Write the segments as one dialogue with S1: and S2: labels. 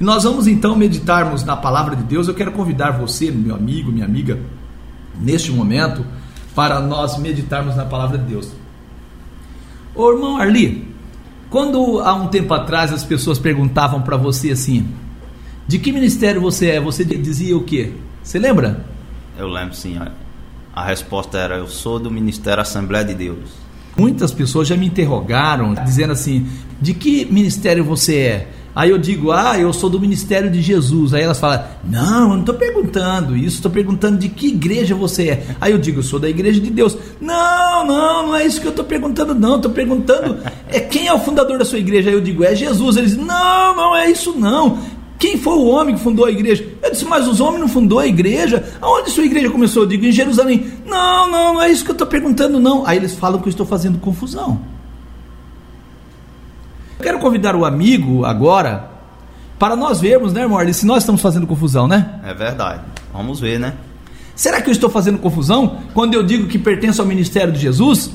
S1: E nós vamos então meditarmos na palavra de Deus. Eu quero convidar você, meu amigo, minha amiga, neste momento, para nós meditarmos na palavra de Deus. Ô irmão Arli, quando há um tempo atrás as pessoas perguntavam para você assim: de que ministério você é? Você dizia o quê? Você lembra?
S2: Eu lembro sim. A, a resposta era: eu sou do Ministério Assembleia de Deus.
S1: Muitas pessoas já me interrogaram dizendo assim: de que ministério você é? Aí eu digo, ah, eu sou do ministério de Jesus. Aí elas falam, não, eu não estou perguntando isso, estou perguntando de que igreja você é. Aí eu digo, eu sou da igreja de Deus. Não, não, não é isso que eu estou perguntando, não. Estou perguntando é quem é o fundador da sua igreja. Aí eu digo, é Jesus. Eles, não, não é isso não. Quem foi o homem que fundou a igreja? Eu disse, mas os homens não fundou a igreja? Aonde sua igreja começou? Eu digo, em Jerusalém. Não, não, não é isso que eu estou perguntando, não. Aí eles falam que eu estou fazendo confusão. Eu quero convidar o amigo agora para nós vermos, né, Morley, se nós estamos fazendo confusão, né?
S2: É verdade. Vamos ver, né?
S1: Será que eu estou fazendo confusão quando eu digo que pertenço ao ministério de Jesus?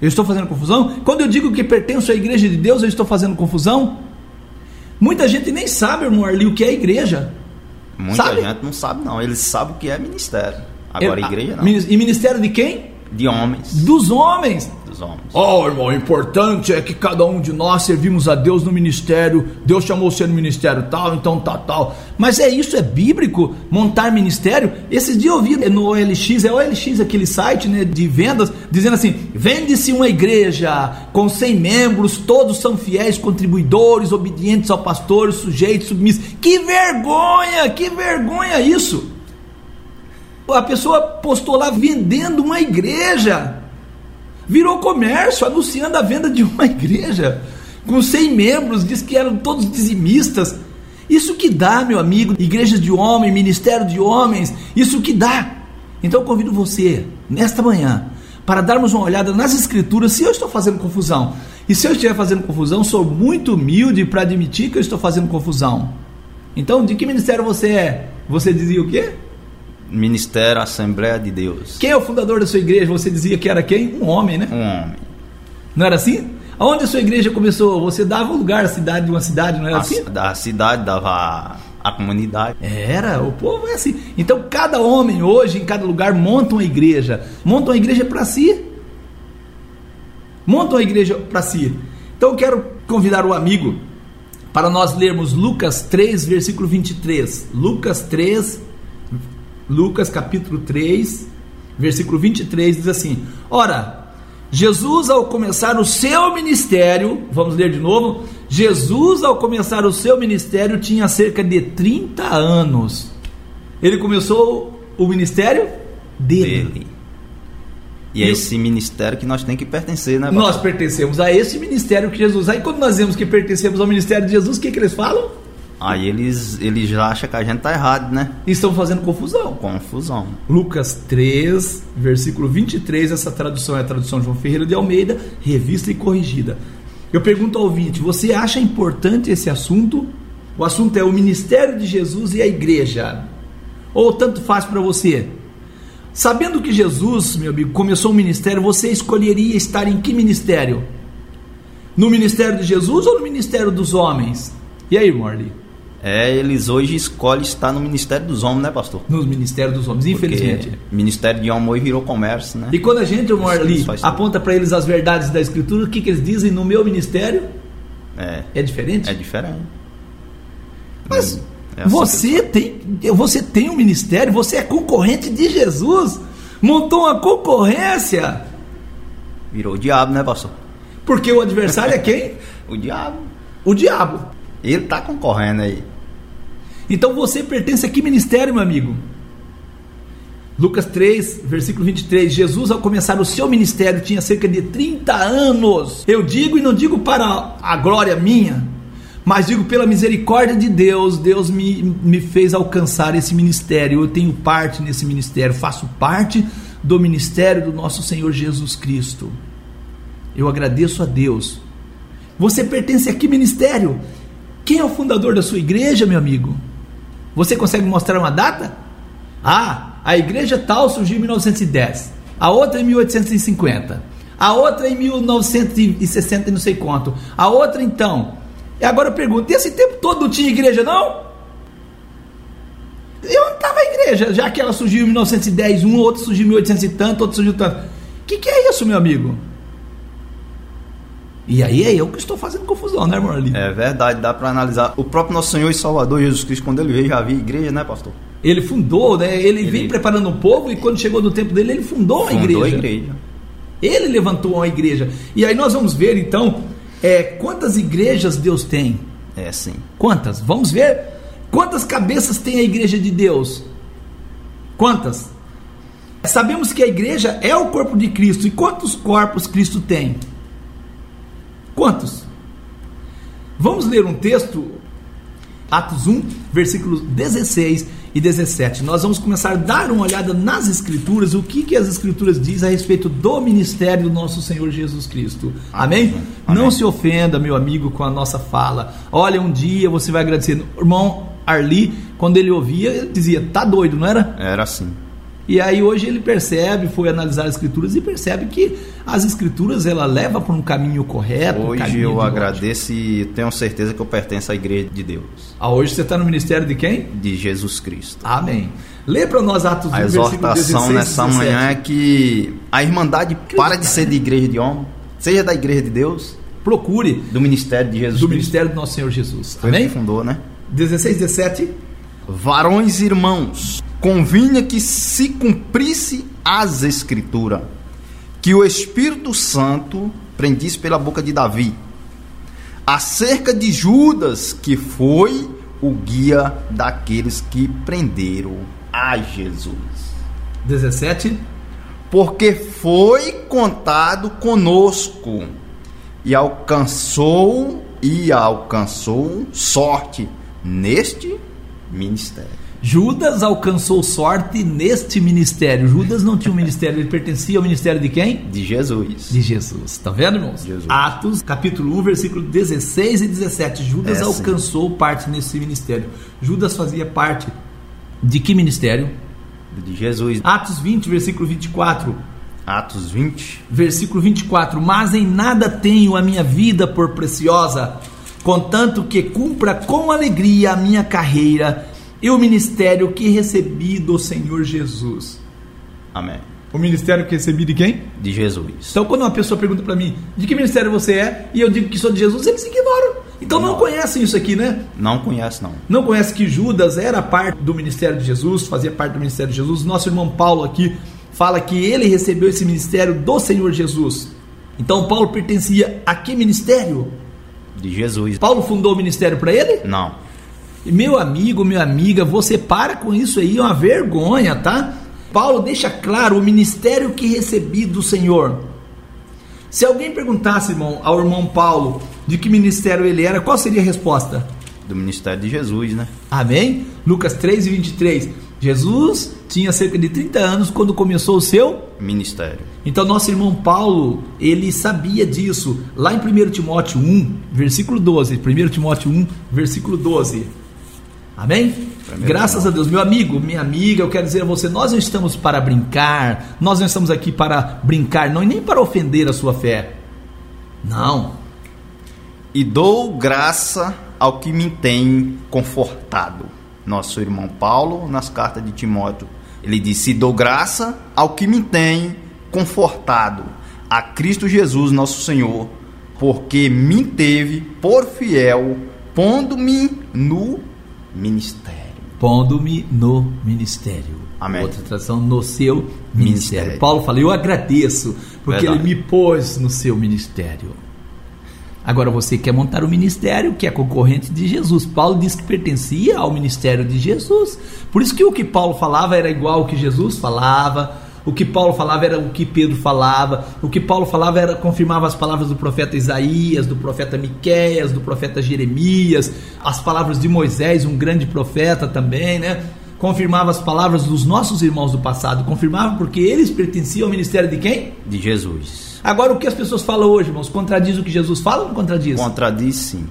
S1: Eu estou fazendo confusão? Quando eu digo que pertenço à igreja de Deus, eu estou fazendo confusão? Muita gente nem sabe, irmão Arli, o que é igreja.
S2: Muita sabe? gente não sabe, não. Eles sabem o que é ministério. Agora, eu, igreja não.
S1: E ministério de quem?
S2: De homens.
S1: Dos homens.
S2: Dos homens.
S1: Oh, irmão, o importante é que cada um de nós servimos a Deus no ministério. Deus chamou você no ministério tal, então tá tal. Mas é isso, é bíblico montar ministério. Esses dias eu vi no OLX, é OLX aquele site né, de vendas, dizendo assim: vende-se uma igreja com 100 membros, todos são fiéis, contribuidores, obedientes ao pastor, sujeitos, submissos. Que vergonha, que vergonha isso! a pessoa postou lá vendendo uma igreja. Virou comércio, anunciando a venda de uma igreja. Com 100 membros, diz que eram todos dizimistas. Isso que dá, meu amigo, igrejas de homem, ministério de homens, isso que dá. Então eu convido você, nesta manhã, para darmos uma olhada nas escrituras se eu estou fazendo confusão. E se eu estiver fazendo confusão, sou muito humilde para admitir que eu estou fazendo confusão. Então, de que ministério você é? Você dizia o quê?
S2: Ministério Assembleia de Deus.
S1: Quem é o fundador da sua igreja? Você dizia que era quem? Um homem, né?
S2: Um homem.
S1: Não era assim? Aonde a sua igreja começou? Você dava o lugar, a cidade de uma cidade, não era
S2: a
S1: assim?
S2: A cidade dava a comunidade.
S1: Era, o povo é assim. Então cada homem hoje, em cada lugar, monta uma igreja. Monta uma igreja para si. Monta uma igreja para si. Então eu quero convidar o amigo para nós lermos Lucas 3, versículo 23. Lucas 3, Lucas capítulo 3, versículo 23 diz assim: Ora, Jesus ao começar o seu ministério, vamos ler de novo, Jesus ao começar o seu ministério tinha cerca de 30 anos. Ele começou o ministério dele. dele.
S2: E é esse ministério que nós temos que pertencer, né?
S1: Nós pertencemos a esse ministério que Jesus. Aí quando nós vemos que pertencemos ao ministério de Jesus, o que, que eles falam?
S2: Aí eles, eles acham que a gente tá errado, né?
S1: E estão fazendo confusão.
S2: Confusão.
S1: Lucas 3, versículo 23, essa tradução é a tradução de João Ferreira de Almeida, revista e corrigida. Eu pergunto ao ouvinte, você acha importante esse assunto? O assunto é o ministério de Jesus e a igreja. Ou tanto faz para você? Sabendo que Jesus, meu amigo, começou o ministério, você escolheria estar em que ministério? No ministério de Jesus ou no ministério dos homens? E aí, Morley?
S2: É, eles hoje escolhem estar no Ministério dos Homens, né, pastor?
S1: No Ministério dos Homens, infelizmente.
S2: Porque Ministério de Homem virou comércio, né?
S1: E quando a gente, amor, ali, aponta para eles as verdades da Escritura, o que, que eles dizem no meu ministério?
S2: É.
S1: É diferente?
S2: É diferente.
S1: Mas é assim você, tem, você tem um ministério, você é concorrente de Jesus, montou uma concorrência.
S2: Virou o diabo, né, pastor?
S1: Porque o adversário é quem?
S2: o diabo.
S1: O diabo.
S2: Ele tá concorrendo aí.
S1: Então você pertence a que ministério, meu amigo? Lucas 3, versículo 23. Jesus, ao começar o seu ministério, tinha cerca de 30 anos. Eu digo e não digo para a glória minha, mas digo pela misericórdia de Deus. Deus me, me fez alcançar esse ministério. Eu tenho parte nesse ministério, faço parte do ministério do nosso Senhor Jesus Cristo. Eu agradeço a Deus. Você pertence a que ministério? Quem é o fundador da sua igreja, meu amigo? Você consegue mostrar uma data? Ah, a igreja tal surgiu em 1910, a outra em 1850, a outra em 1960 e não sei quanto, a outra então. E agora eu pergunto, esse tempo todo não tinha igreja, não? E onde estava a igreja? Já que ela surgiu em 1910, um, outro surgiu em 1800 e tanto, outro surgiu tanto. O que, que é isso, meu amigo? E aí é eu que estou fazendo confusão, né, Morlin?
S2: É verdade, dá para analisar. O próprio nosso Senhor e Salvador Jesus Cristo, quando ele veio, já havia igreja, né, pastor?
S1: Ele fundou, né? Ele, vem preparando o povo e quando chegou no tempo dele, ele fundou uma
S2: Fundou a
S1: igreja.
S2: igreja.
S1: Ele levantou uma igreja. E aí nós vamos ver então é, quantas igrejas Deus tem.
S2: É, sim.
S1: Quantas? Vamos ver quantas cabeças tem a igreja de Deus. Quantas? Sabemos que a igreja é o corpo de Cristo. E quantos corpos Cristo tem? Quantos? Vamos ler um texto, Atos 1, versículos 16 e 17. Nós vamos começar a dar uma olhada nas Escrituras, o que, que as Escrituras diz a respeito do ministério do nosso Senhor Jesus Cristo. Amém?
S2: Amém.
S1: Não se ofenda, meu amigo, com a nossa fala. Olha, um dia você vai agradecendo. O Irmão Arli, quando ele ouvia, ele dizia: tá doido, não era?
S2: Era assim.
S1: E aí hoje ele percebe, foi analisar as escrituras e percebe que as escrituras ela leva para um caminho correto. um
S2: Hoje
S1: caminho de
S2: eu
S1: lógica.
S2: agradeço e tenho certeza que eu pertenço à igreja de Deus,
S1: Ah, hoje você está no ministério de quem?
S2: de Jesus Cristo.
S1: Amém. Lê para nós Atos 1,
S2: A
S1: versículo 16
S2: exortação nessa
S1: 17.
S2: manhã é que a Irmandade para de ser de igreja de homem, seja da igreja de Deus,
S1: Procure
S2: do ministério de Jesus
S1: do
S2: Cristo.
S1: ministério do nosso Senhor Jesus.
S2: Foi ele
S1: Amém?
S2: que fundou, né?
S1: 16, 17.
S2: Varões irmãos, convinha que se cumprisse as escrituras, que o Espírito Santo prendisse pela boca de Davi, acerca de Judas, que foi o guia daqueles que prenderam a Jesus.
S1: 17.
S2: Porque foi contado conosco e alcançou e alcançou sorte neste ministério.
S1: Judas alcançou sorte neste ministério. Judas não tinha um ministério, ele pertencia ao ministério de quem?
S2: de Jesus.
S1: de Jesus. Tá vendo, irmãos?
S2: Jesus.
S1: Atos, capítulo 1, versículo 16 e 17. Judas
S2: É, sim.
S1: alcançou parte nesse ministério. Judas fazia parte de que ministério?
S2: De Jesus.
S1: Atos 20, versículo 24.
S2: Atos 20.
S1: Versículo 24: Mas em nada tenho a minha vida por preciosa, contanto que cumpra com alegria a minha carreira e o ministério que recebi do Senhor Jesus.
S2: Amém.
S1: O ministério que recebi de quem?
S2: De Jesus.
S1: Então, quando uma pessoa pergunta pra mim de que ministério você é e eu digo que sou de Jesus, eles ignoram. Então, não conhecem isso aqui, né?
S2: Não conhece, não.
S1: Não conhece que Judas era parte do ministério de Jesus, fazia parte do ministério de Jesus. Nosso irmão Paulo aqui fala que ele recebeu esse ministério do Senhor Jesus. Então, Paulo pertencia a que ministério?
S2: De Jesus.
S1: Paulo fundou o ministério pra ele?
S2: Não.
S1: E Meu amigo, minha amiga, você para com isso aí, é uma vergonha, tá? Paulo deixa claro o ministério que recebi do Senhor. Se alguém perguntasse, irmão, ao irmão Paulo de que ministério ele era, qual seria a resposta?
S2: Do ministério de Jesus, né?
S1: Amém? Lucas 3 e 23. Jesus tinha cerca de 30 anos quando começou o seu
S2: Ministério.
S1: então, nosso irmão Paulo, ele sabia disso. Lá em 1 Timóteo 1, versículo 12. 1 Timóteo 1, versículo 12. Amém?
S2: Primeiro
S1: Graças a Deus. Meu amigo, minha amiga, eu quero dizer a você: nós não estamos para brincar, nós não estamos aqui para brincar, não, e nem para ofender a sua fé. Não.
S2: E dou graça ao que me tem confortado. Nosso irmão Paulo, nas cartas de Timóteo, ele disse: Dou graça ao que me tem confortado, a Cristo Jesus, nosso Senhor, porque me teve por fiel, pondo-me no ministério.
S1: Pondo-me no ministério.
S2: Amém.
S1: Outra tradução, no seu ministério.
S2: Ministério.
S1: Paulo fala, eu agradeço, porque
S2: Verdade.
S1: ele me pôs no seu ministério. Agora você quer montar um ministério que é concorrente de Jesus. Paulo disse que pertencia ao ministério de Jesus. Por isso que o que Paulo falava era igual ao que Jesus falava. O que Paulo falava era o que Pedro falava. O que Paulo falava era confirmava as palavras do profeta Isaías, do profeta Miqueias, do profeta Jeremias, as palavras de Moisés, um grande profeta também, né? Confirmava as palavras dos nossos irmãos do passado, confirmava porque eles pertenciam ao ministério de quem?
S2: De Jesus.
S1: Agora, o que as pessoas falam hoje, irmãos? Contradiz o que Jesus fala ou não contradiz?
S2: Contradiz sim.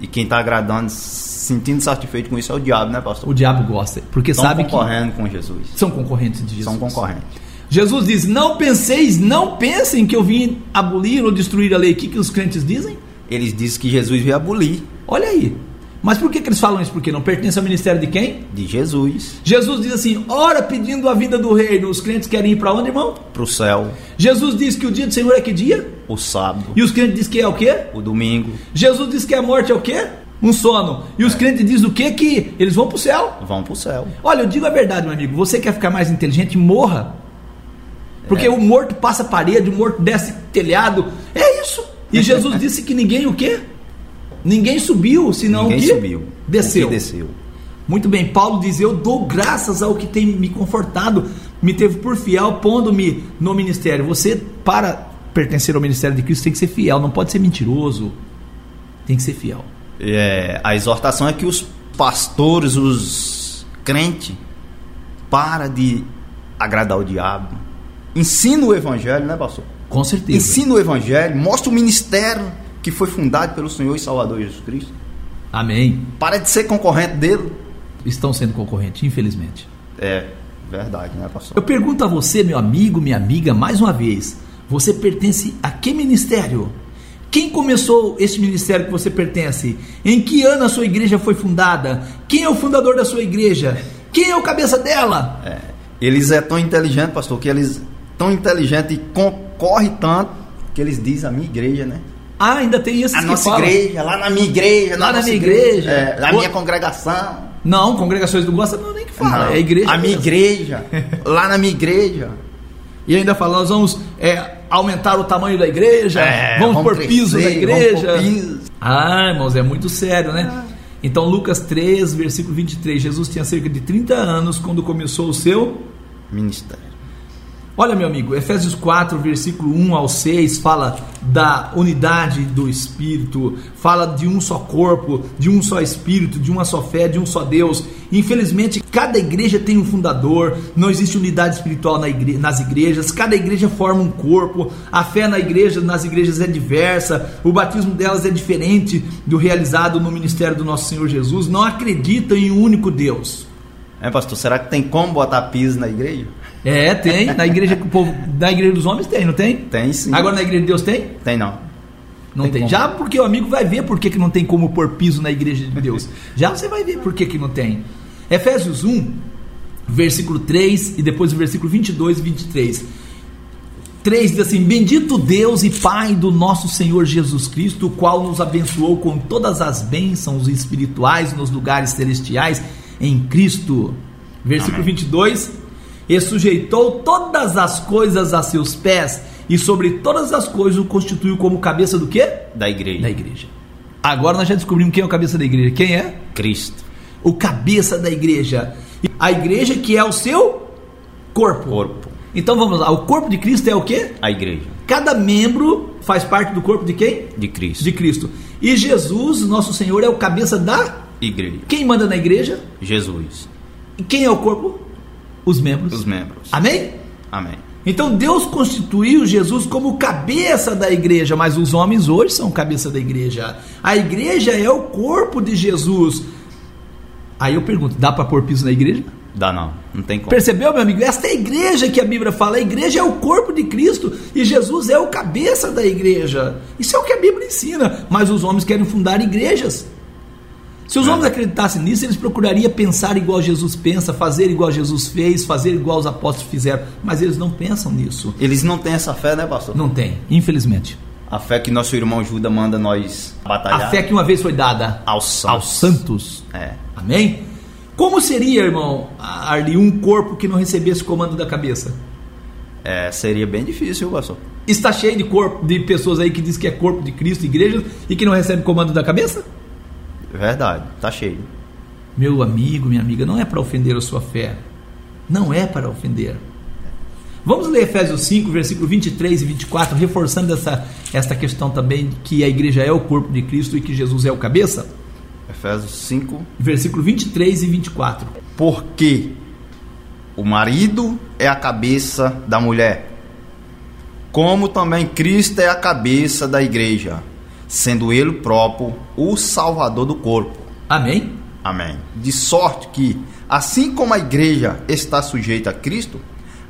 S2: E quem está agradando, sentindo satisfeito com isso é o diabo, né, pastor?
S1: O diabo gosta, porque
S2: Estão
S1: sabe que
S2: concorrendo com Jesus.
S1: são concorrentes de Jesus.
S2: São concorrentes.
S1: Jesus diz: Não penseis, não pensem que eu vim abolir ou destruir a lei. O que, que os crentes dizem?
S2: Eles dizem que Jesus veio abolir.
S1: Olha aí. Mas por que, que eles falam isso? Porque não pertence ao ministério de quem?
S2: De Jesus
S1: Jesus diz assim: ora pedindo a vinda do reino, os crentes querem ir para onde, irmão?
S2: para o céu,
S1: Jesus diz que o dia do Senhor é que dia?
S2: o sábado,
S1: E os crentes dizem que é o quê?
S2: o domingo,
S1: Jesus diz que a morte é o quê? Um sono. E
S2: É.
S1: os crentes dizem o quê? Que eles vão para o céu.
S2: vão para o céu.
S1: Olha, eu digo a verdade, meu amigo. Você quer ficar mais inteligente? Morra.
S2: É.
S1: Porque o morto passa a parede, o morto desce telhado. É isso. E Jesus disse que ninguém o quê? Ninguém subiu, senão
S2: Ninguém
S1: o que
S2: subiu.
S1: Desceu.
S2: O que desceu.
S1: Muito bem, Paulo diz: Eu dou graças ao que tem me confortado, me teve por fiel, pondo-me no ministério. Você, para pertencer ao ministério de Cristo, tem que ser fiel, não pode ser mentiroso. Tem que ser fiel.
S2: É, a exortação é que os pastores, os crentes, para de agradar o diabo. Ensina o evangelho, né, pastor?
S1: Com certeza.
S2: Ensina o evangelho, mostra o ministério que foi fundado pelo Senhor e Salvador Jesus Cristo.
S1: Amém.
S2: Para de ser concorrente dele.
S1: Estão sendo concorrentes, infelizmente.
S2: É, verdade, né, pastor?
S1: Eu pergunto a você, meu amigo, minha amiga, mais uma vez: você pertence a que ministério? Quem começou esse ministério que você pertence? Em que ano a sua igreja foi fundada? Quem é o fundador da sua igreja? Quem é o cabeça dela?
S2: É, eles é tão inteligente, pastor, que eles tão inteligente e concorre tanto que eles dizem a minha igreja, né?
S1: Ah, ainda tem esses
S2: A
S1: que
S2: nossa
S1: falam.
S2: igreja, lá na minha igreja,
S1: Lá na
S2: nossa
S1: minha igreja.
S2: é, na
S1: O-
S2: minha congregação.
S1: Não, congregações não gostam, não, nem que fala.
S2: Não,
S1: É a igreja.
S2: A minha
S1: mesmo.
S2: igreja. lá na minha igreja.
S1: E ainda fala, nós vamos é, aumentar o tamanho da igreja,
S2: É,
S1: vamos,
S2: vamos
S1: pôr piso na
S2: crescer,
S1: igreja.
S2: vamos pôr piso.
S1: Ah, irmãos, é muito sério, né? Então, Lucas 3, versículo 23, Jesus tinha cerca de 30 anos quando começou o seu
S2: Ministério.
S1: Olha, meu amigo, Efésios 4, versículo 1 ao 6 fala da unidade do Espírito, fala de um só corpo, de um só Espírito, de uma só fé, de um só Deus. Infelizmente, cada igreja tem um fundador, não existe unidade espiritual na igre- nas igrejas, cada igreja forma um corpo, a fé na igreja, nas igrejas é diversa, o batismo delas é diferente do realizado no ministério do nosso Senhor Jesus, não acreditam em um único Deus.
S2: É, pastor, será que tem como botar piso na igreja?
S1: É, tem. Na igreja que o povo. Na igreja dos homens tem, não tem?
S2: Tem sim.
S1: Agora na igreja de Deus tem?
S2: Tem não.
S1: Não tem.
S2: como.
S1: Já porque o amigo vai ver por que, que não tem como pôr piso na igreja de Deus. Já você vai ver por que, que não tem. Efésios 1, versículo 3 e depois o versículo 22 e 23. 3 diz assim: Bendito Deus e Pai do nosso Senhor Jesus Cristo, o qual nos abençoou com todas as bênçãos espirituais nos lugares celestiais em Cristo. Versículo 22: E sujeitou todas as coisas a seus pés, e sobre todas as coisas o constituiu como cabeça do quê?
S2: Da igreja.
S1: Da igreja. Agora nós já descobrimos quem é o cabeça da igreja. Quem é?
S2: Cristo.
S1: o cabeça da igreja. E A igreja que é o seu corpo.
S2: Corpo.
S1: Então vamos lá, o corpo de Cristo é o quê?
S2: A igreja.
S1: Cada membro faz parte do corpo de quem?
S2: De Cristo.
S1: De Cristo. E Jesus, nosso Senhor, é o cabeça da
S2: Igreja.
S1: quem manda na igreja?
S2: Jesus.
S1: E quem é o corpo? Os membros.
S2: Os membros.
S1: Amém?
S2: Amém.
S1: Então Deus constituiu Jesus como cabeça da igreja, mas os homens hoje são cabeça da igreja. A igreja é o corpo de Jesus. Aí eu pergunto, dá para pôr piso na igreja?
S2: Dá não. Não tem como.
S1: Percebeu, meu amigo? Esta é a igreja que a Bíblia fala. A igreja é o corpo de Cristo e Jesus é o cabeça da igreja. Isso é o que a Bíblia ensina. Mas os homens querem fundar igrejas. Se os homens acreditassem nisso, eles procurariam pensar igual Jesus pensa, fazer igual Jesus fez, fazer igual os apóstolos fizeram. Mas eles não pensam nisso.
S2: Eles não têm essa fé, né, pastor?
S1: Não tem, infelizmente.
S2: A fé que nosso irmão Judas manda nós batalhar.
S1: A fé que uma vez foi dada
S2: aos santos.
S1: aos santos.
S2: É.
S1: Amém? Como seria, irmão, Arli, um corpo que não recebesse comando da cabeça?
S2: É, seria bem difícil, viu, pastor.
S1: Está cheio de corpo de pessoas aí que diz que é corpo de Cristo, igreja, e que não recebe comando da cabeça?
S2: Verdade. Tá cheio.
S1: Meu amigo, minha amiga, não é para ofender a sua fé. Não é para ofender. Vamos ler Efésios 5, versículo 23 e 24, reforçando essa, esta questão também que a igreja é o corpo de Cristo e que Jesus é o cabeça.
S2: Efésios 5,
S1: Versículo 23 e 24.
S2: Porque o marido é a cabeça da mulher, como também Cristo é a cabeça da igreja, sendo ele próprio o salvador do corpo.
S1: Amém?
S2: Amém. De sorte que, assim como a igreja está sujeita a Cristo,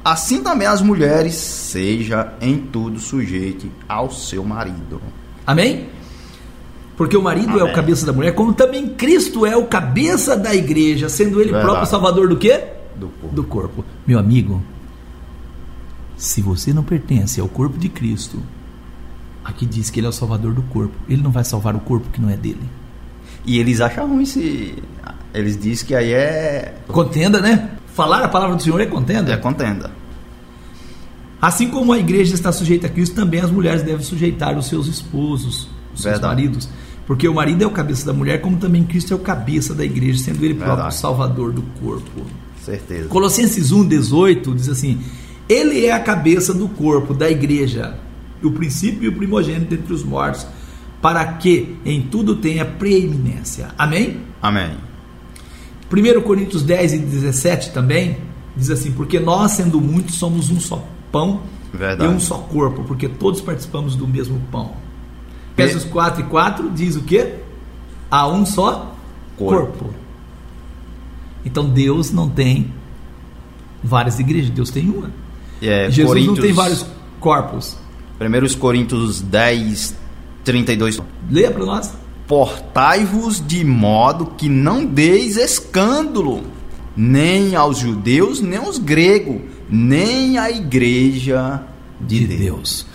S2: assim também as mulheres seja em tudo sujeite ao seu marido.
S1: Amém? Porque o marido
S2: Amém.
S1: é o cabeça da mulher, como também Cristo é o cabeça da igreja, sendo ele
S2: Verdade.
S1: próprio salvador do quê?
S2: Do corpo.
S1: Do corpo. Meu amigo, se você não pertence ao corpo de Cristo, aqui diz que ele é o salvador do corpo. Ele não vai salvar o corpo que não é dele.
S2: E eles acham ruim se. Eles dizem que aí é.
S1: Contenda, né? Falar a palavra do Senhor é contenda.
S2: É contenda.
S1: Assim como a igreja está sujeita a Cristo, também as mulheres devem sujeitar os seus esposos, os seus
S2: Verdade.
S1: maridos. Porque o marido é o cabeça da mulher, como também Cristo é o cabeça da igreja, sendo ele próprio
S2: Verdade.
S1: o salvador do corpo.
S2: Certeza.
S1: Colossenses 1, 18 diz assim: Ele é a cabeça do corpo, da igreja, o princípio e o primogênito entre os mortos, para que em tudo tenha preeminência. Amém?
S2: Amém.
S1: 1 Coríntios 10 e 17 também diz assim: Porque nós, sendo muitos, somos um só pão
S2: É Verdade.
S1: e um só corpo, porque todos participamos do mesmo pão. Efésios 4 e 4 diz o que? Há um só
S2: Corpo.
S1: corpo. Então Deus não tem várias igrejas, Deus tem uma.
S2: E É,
S1: Jesus
S2: Coríntios,
S1: não tem vários corpos.
S2: Primeiros Coríntios 10, 32.
S1: Leia para nós.
S2: Portai-vos de modo que não deis escândalo, nem aos judeus, nem aos gregos, nem à igreja de, Deus.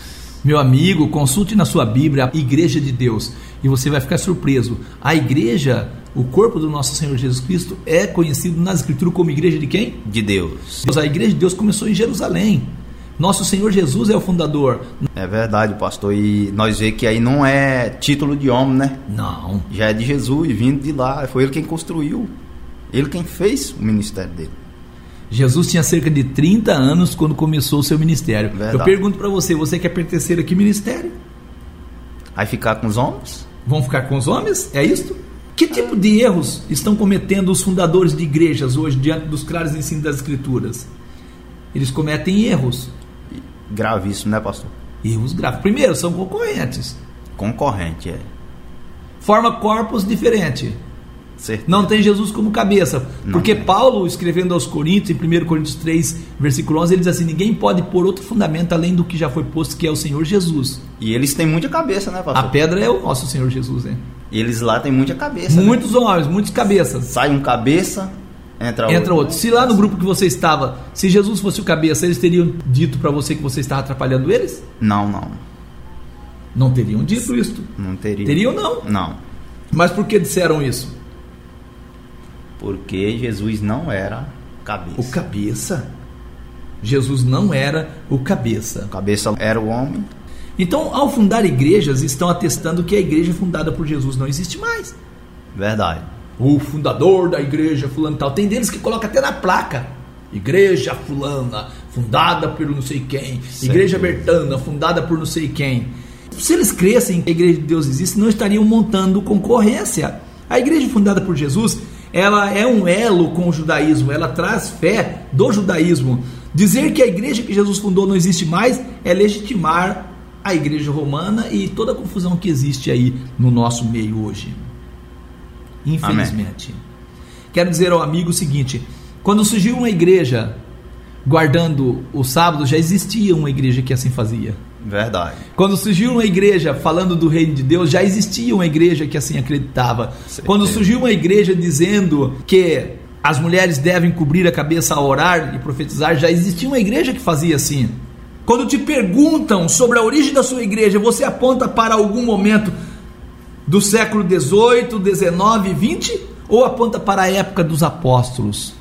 S1: Meu amigo, consulte na sua Bíblia a Igreja de Deus e você vai ficar surpreso. A igreja, o corpo do nosso Senhor Jesus Cristo, é conhecido na Escritura como Igreja de quem?
S2: De Deus.
S1: Deus. A Igreja de Deus começou em Jerusalém. Nosso Senhor Jesus é o fundador.
S2: É verdade, pastor. E nós vê que aí não é título de homem, né?
S1: Não.
S2: Já é de Jesus, vindo de lá. Foi ele quem construiu. Ele quem fez o ministério dele.
S1: Jesus tinha cerca de 30 anos quando começou o seu ministério.
S2: Verdade.
S1: Eu pergunto para você, você quer pertencer a que ministério?
S2: Aí ficar com os homens?
S1: Vão ficar com os homens? É isto? Que tipo de erros estão cometendo os fundadores de igrejas hoje diante dos claros ensinos das escrituras? Eles cometem erros,
S2: Gravíssimo, né, pastor?
S1: erros graves. Primeiro, são concorrentes.
S2: Concorrente, é.
S1: Forma corpos diferente.
S2: Certeza.
S1: Não tem Jesus como cabeça.
S2: Não
S1: Porque
S2: tem.
S1: Paulo, escrevendo aos Coríntios, em 1 Coríntios 3, versículo 11, ele diz assim: Ninguém pode pôr outro fundamento além do que já foi posto, que é o Senhor Jesus.
S2: E eles têm muita cabeça, né,
S1: A
S2: pastor?
S1: pedra é o nosso Senhor Jesus, né?
S2: Eles lá têm muita cabeça. né?
S1: Muitos homens, muitas cabeças.
S2: Sai um cabeça, entra,
S1: Entra outro. Se lá no grupo que você estava, se Jesus fosse o cabeça, eles teriam dito para você que você estava atrapalhando eles?
S2: Não, não.
S1: Não teriam dito isso.
S2: Não teria.
S1: Teriam não.
S2: Não.
S1: Mas por que disseram isso?
S2: Porque Jesus não era cabeça.
S1: O cabeça. Jesus não era o cabeça.
S2: Cabeça era o homem.
S1: Então, ao fundar igrejas, estão atestando que a igreja é fundada por Jesus não existe mais.
S2: Verdade.
S1: O fundador da igreja fulano e tal. Tem deles que coloca até na placa. Igreja fulana, fundada por não sei quem. Igreja Bertana, fundada por não sei quem. Se eles crescem que a igreja de Deus existe, não estariam montando concorrência. A igreja fundada por Jesus, ela é um elo com o judaísmo, ela traz fé do judaísmo. Dizer que a igreja que Jesus fundou não existe mais é legitimar a igreja romana e toda a confusão que existe aí no nosso meio hoje. Infelizmente. Quero dizer ao amigo o seguinte: quando surgiu uma igreja guardando o sábado, já existia uma igreja que assim fazia.
S2: Verdade.
S1: Quando surgiu uma igreja falando do reino de Deus, já existia uma igreja que assim acreditava.
S2: Certeza.
S1: Quando surgiu uma igreja dizendo que as mulheres devem cobrir a cabeça ao orar e profetizar, já existia uma igreja que fazia assim. Quando te perguntam sobre a origem da sua igreja, você aponta para algum momento do século 18, 19, 20 ou aponta para a época dos apóstolos?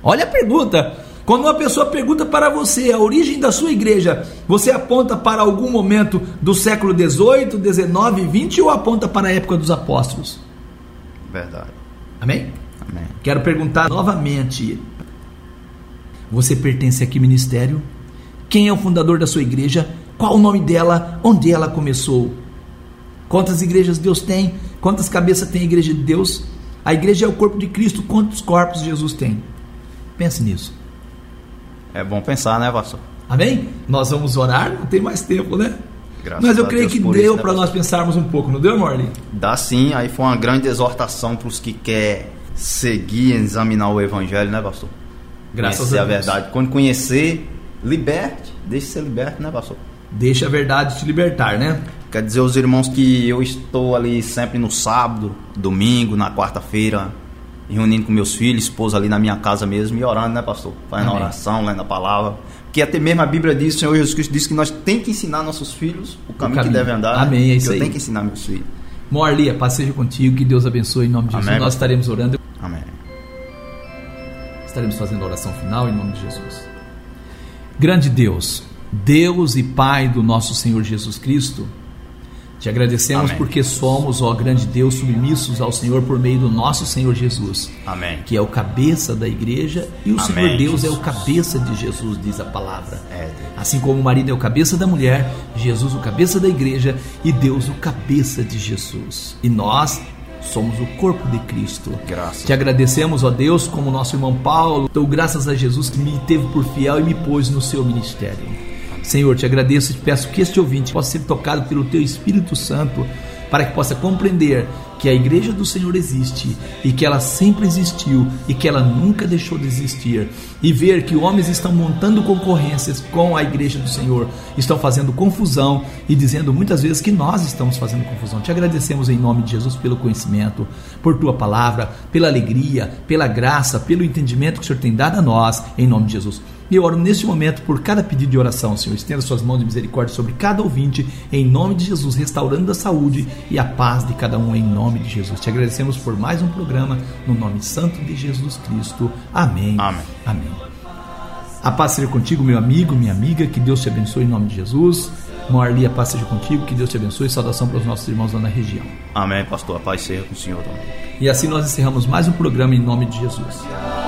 S1: Olha a pergunta. Quando uma pessoa pergunta para você a origem da sua igreja, você aponta para algum momento do século 18, 19, 20 ou aponta para a época dos apóstolos?
S2: Verdade.
S1: Amém?
S2: Amém.
S1: Quero perguntar novamente. Você pertence a que ministério? Quem é o fundador da sua igreja? Qual o nome dela? Onde ela começou? Quantas igrejas Deus tem? Quantas cabeças tem a igreja de Deus? A igreja é o corpo de Cristo. Quantos corpos Jesus tem? Pense nisso.
S2: É bom pensar, né, pastor?
S1: Amém? Nós vamos orar, não tem mais tempo, né?
S2: Graças
S1: Mas eu
S2: a
S1: creio
S2: Deus
S1: que
S2: por
S1: deu
S2: isso, né,
S1: para nós pensarmos um pouco, não deu, Morley?
S2: Dá sim, aí foi uma grande exortação para os que quer seguir, examinar o evangelho, né, pastor?
S1: Graças
S2: conhecer
S1: a Deus.
S2: verdade. Quando conhecer, liberte, deixe ser liberto, né, pastor?
S1: Deixa a verdade te libertar, né?
S2: Quer dizer aos irmãos que eu estou ali sempre no sábado, domingo, na quarta-feira, reunindo com meus filhos, esposa ali na minha casa mesmo e orando, né, pastor? Fazendo
S1: Amém.
S2: oração, lendo a palavra. Porque até mesmo a Bíblia diz, o Senhor Jesus Cristo diz que nós temos que ensinar nossos filhos o caminho,
S1: caminho.
S2: que devem andar. né?
S1: Amém, é isso
S2: eu
S1: aí.
S2: tenho que ensinar meus filhos.
S1: Morlia, paz seja contigo, que Deus abençoe em nome de Jesus.
S2: Amém.
S1: Nós estaremos orando,
S2: Amém.
S1: estaremos fazendo a oração final em nome de Jesus. Grande Deus, Deus e Pai do nosso Senhor Jesus Cristo, te agradecemos
S2: Amém.
S1: porque somos, ó grande Deus, submissos ao Senhor por meio do nosso Senhor Jesus.
S2: Amém.
S1: que é o cabeça da igreja, e o
S2: Amém,
S1: Senhor Deus é o
S2: Jesus.
S1: cabeça de Jesus, diz a palavra.
S2: É, Deus.
S1: Assim como o marido é o cabeça da mulher, Jesus o cabeça da igreja e Deus o cabeça de Jesus. E nós somos o corpo de Cristo.
S2: Graças.
S1: Te agradecemos, ó Deus, como nosso irmão Paulo, dou graças a Jesus que me teve por fiel e me pôs no seu ministério. Senhor, te agradeço e te peço que este ouvinte possa ser tocado pelo teu Espírito Santo para que possa compreender que a igreja do Senhor existe e que ela sempre existiu e que ela nunca deixou de existir e ver que homens estão montando concorrências com a igreja do Senhor, estão fazendo confusão e dizendo muitas vezes que nós estamos fazendo confusão. Te agradecemos em nome de Jesus pelo conhecimento, por tua palavra, pela alegria, pela graça, pelo entendimento que o Senhor tem dado a nós, em nome de Jesus. E eu oro neste momento por cada pedido de oração, Senhor. Estenda suas mãos de misericórdia sobre cada ouvinte, em nome de Jesus, restaurando a saúde e a paz de cada um, em nome de Jesus. Te agradecemos por mais um programa, no nome santo de Jesus Cristo. Amém.
S2: Amém.
S1: Amém. A paz seja contigo, meu amigo, minha amiga, que Deus te abençoe em nome de Jesus. Marli, a paz seja contigo, que Deus te abençoe. Saudação para os nossos irmãos lá na região.
S2: Amém, pastor. A paz seja com o Senhor também.
S1: E assim nós encerramos mais um programa em nome de Jesus.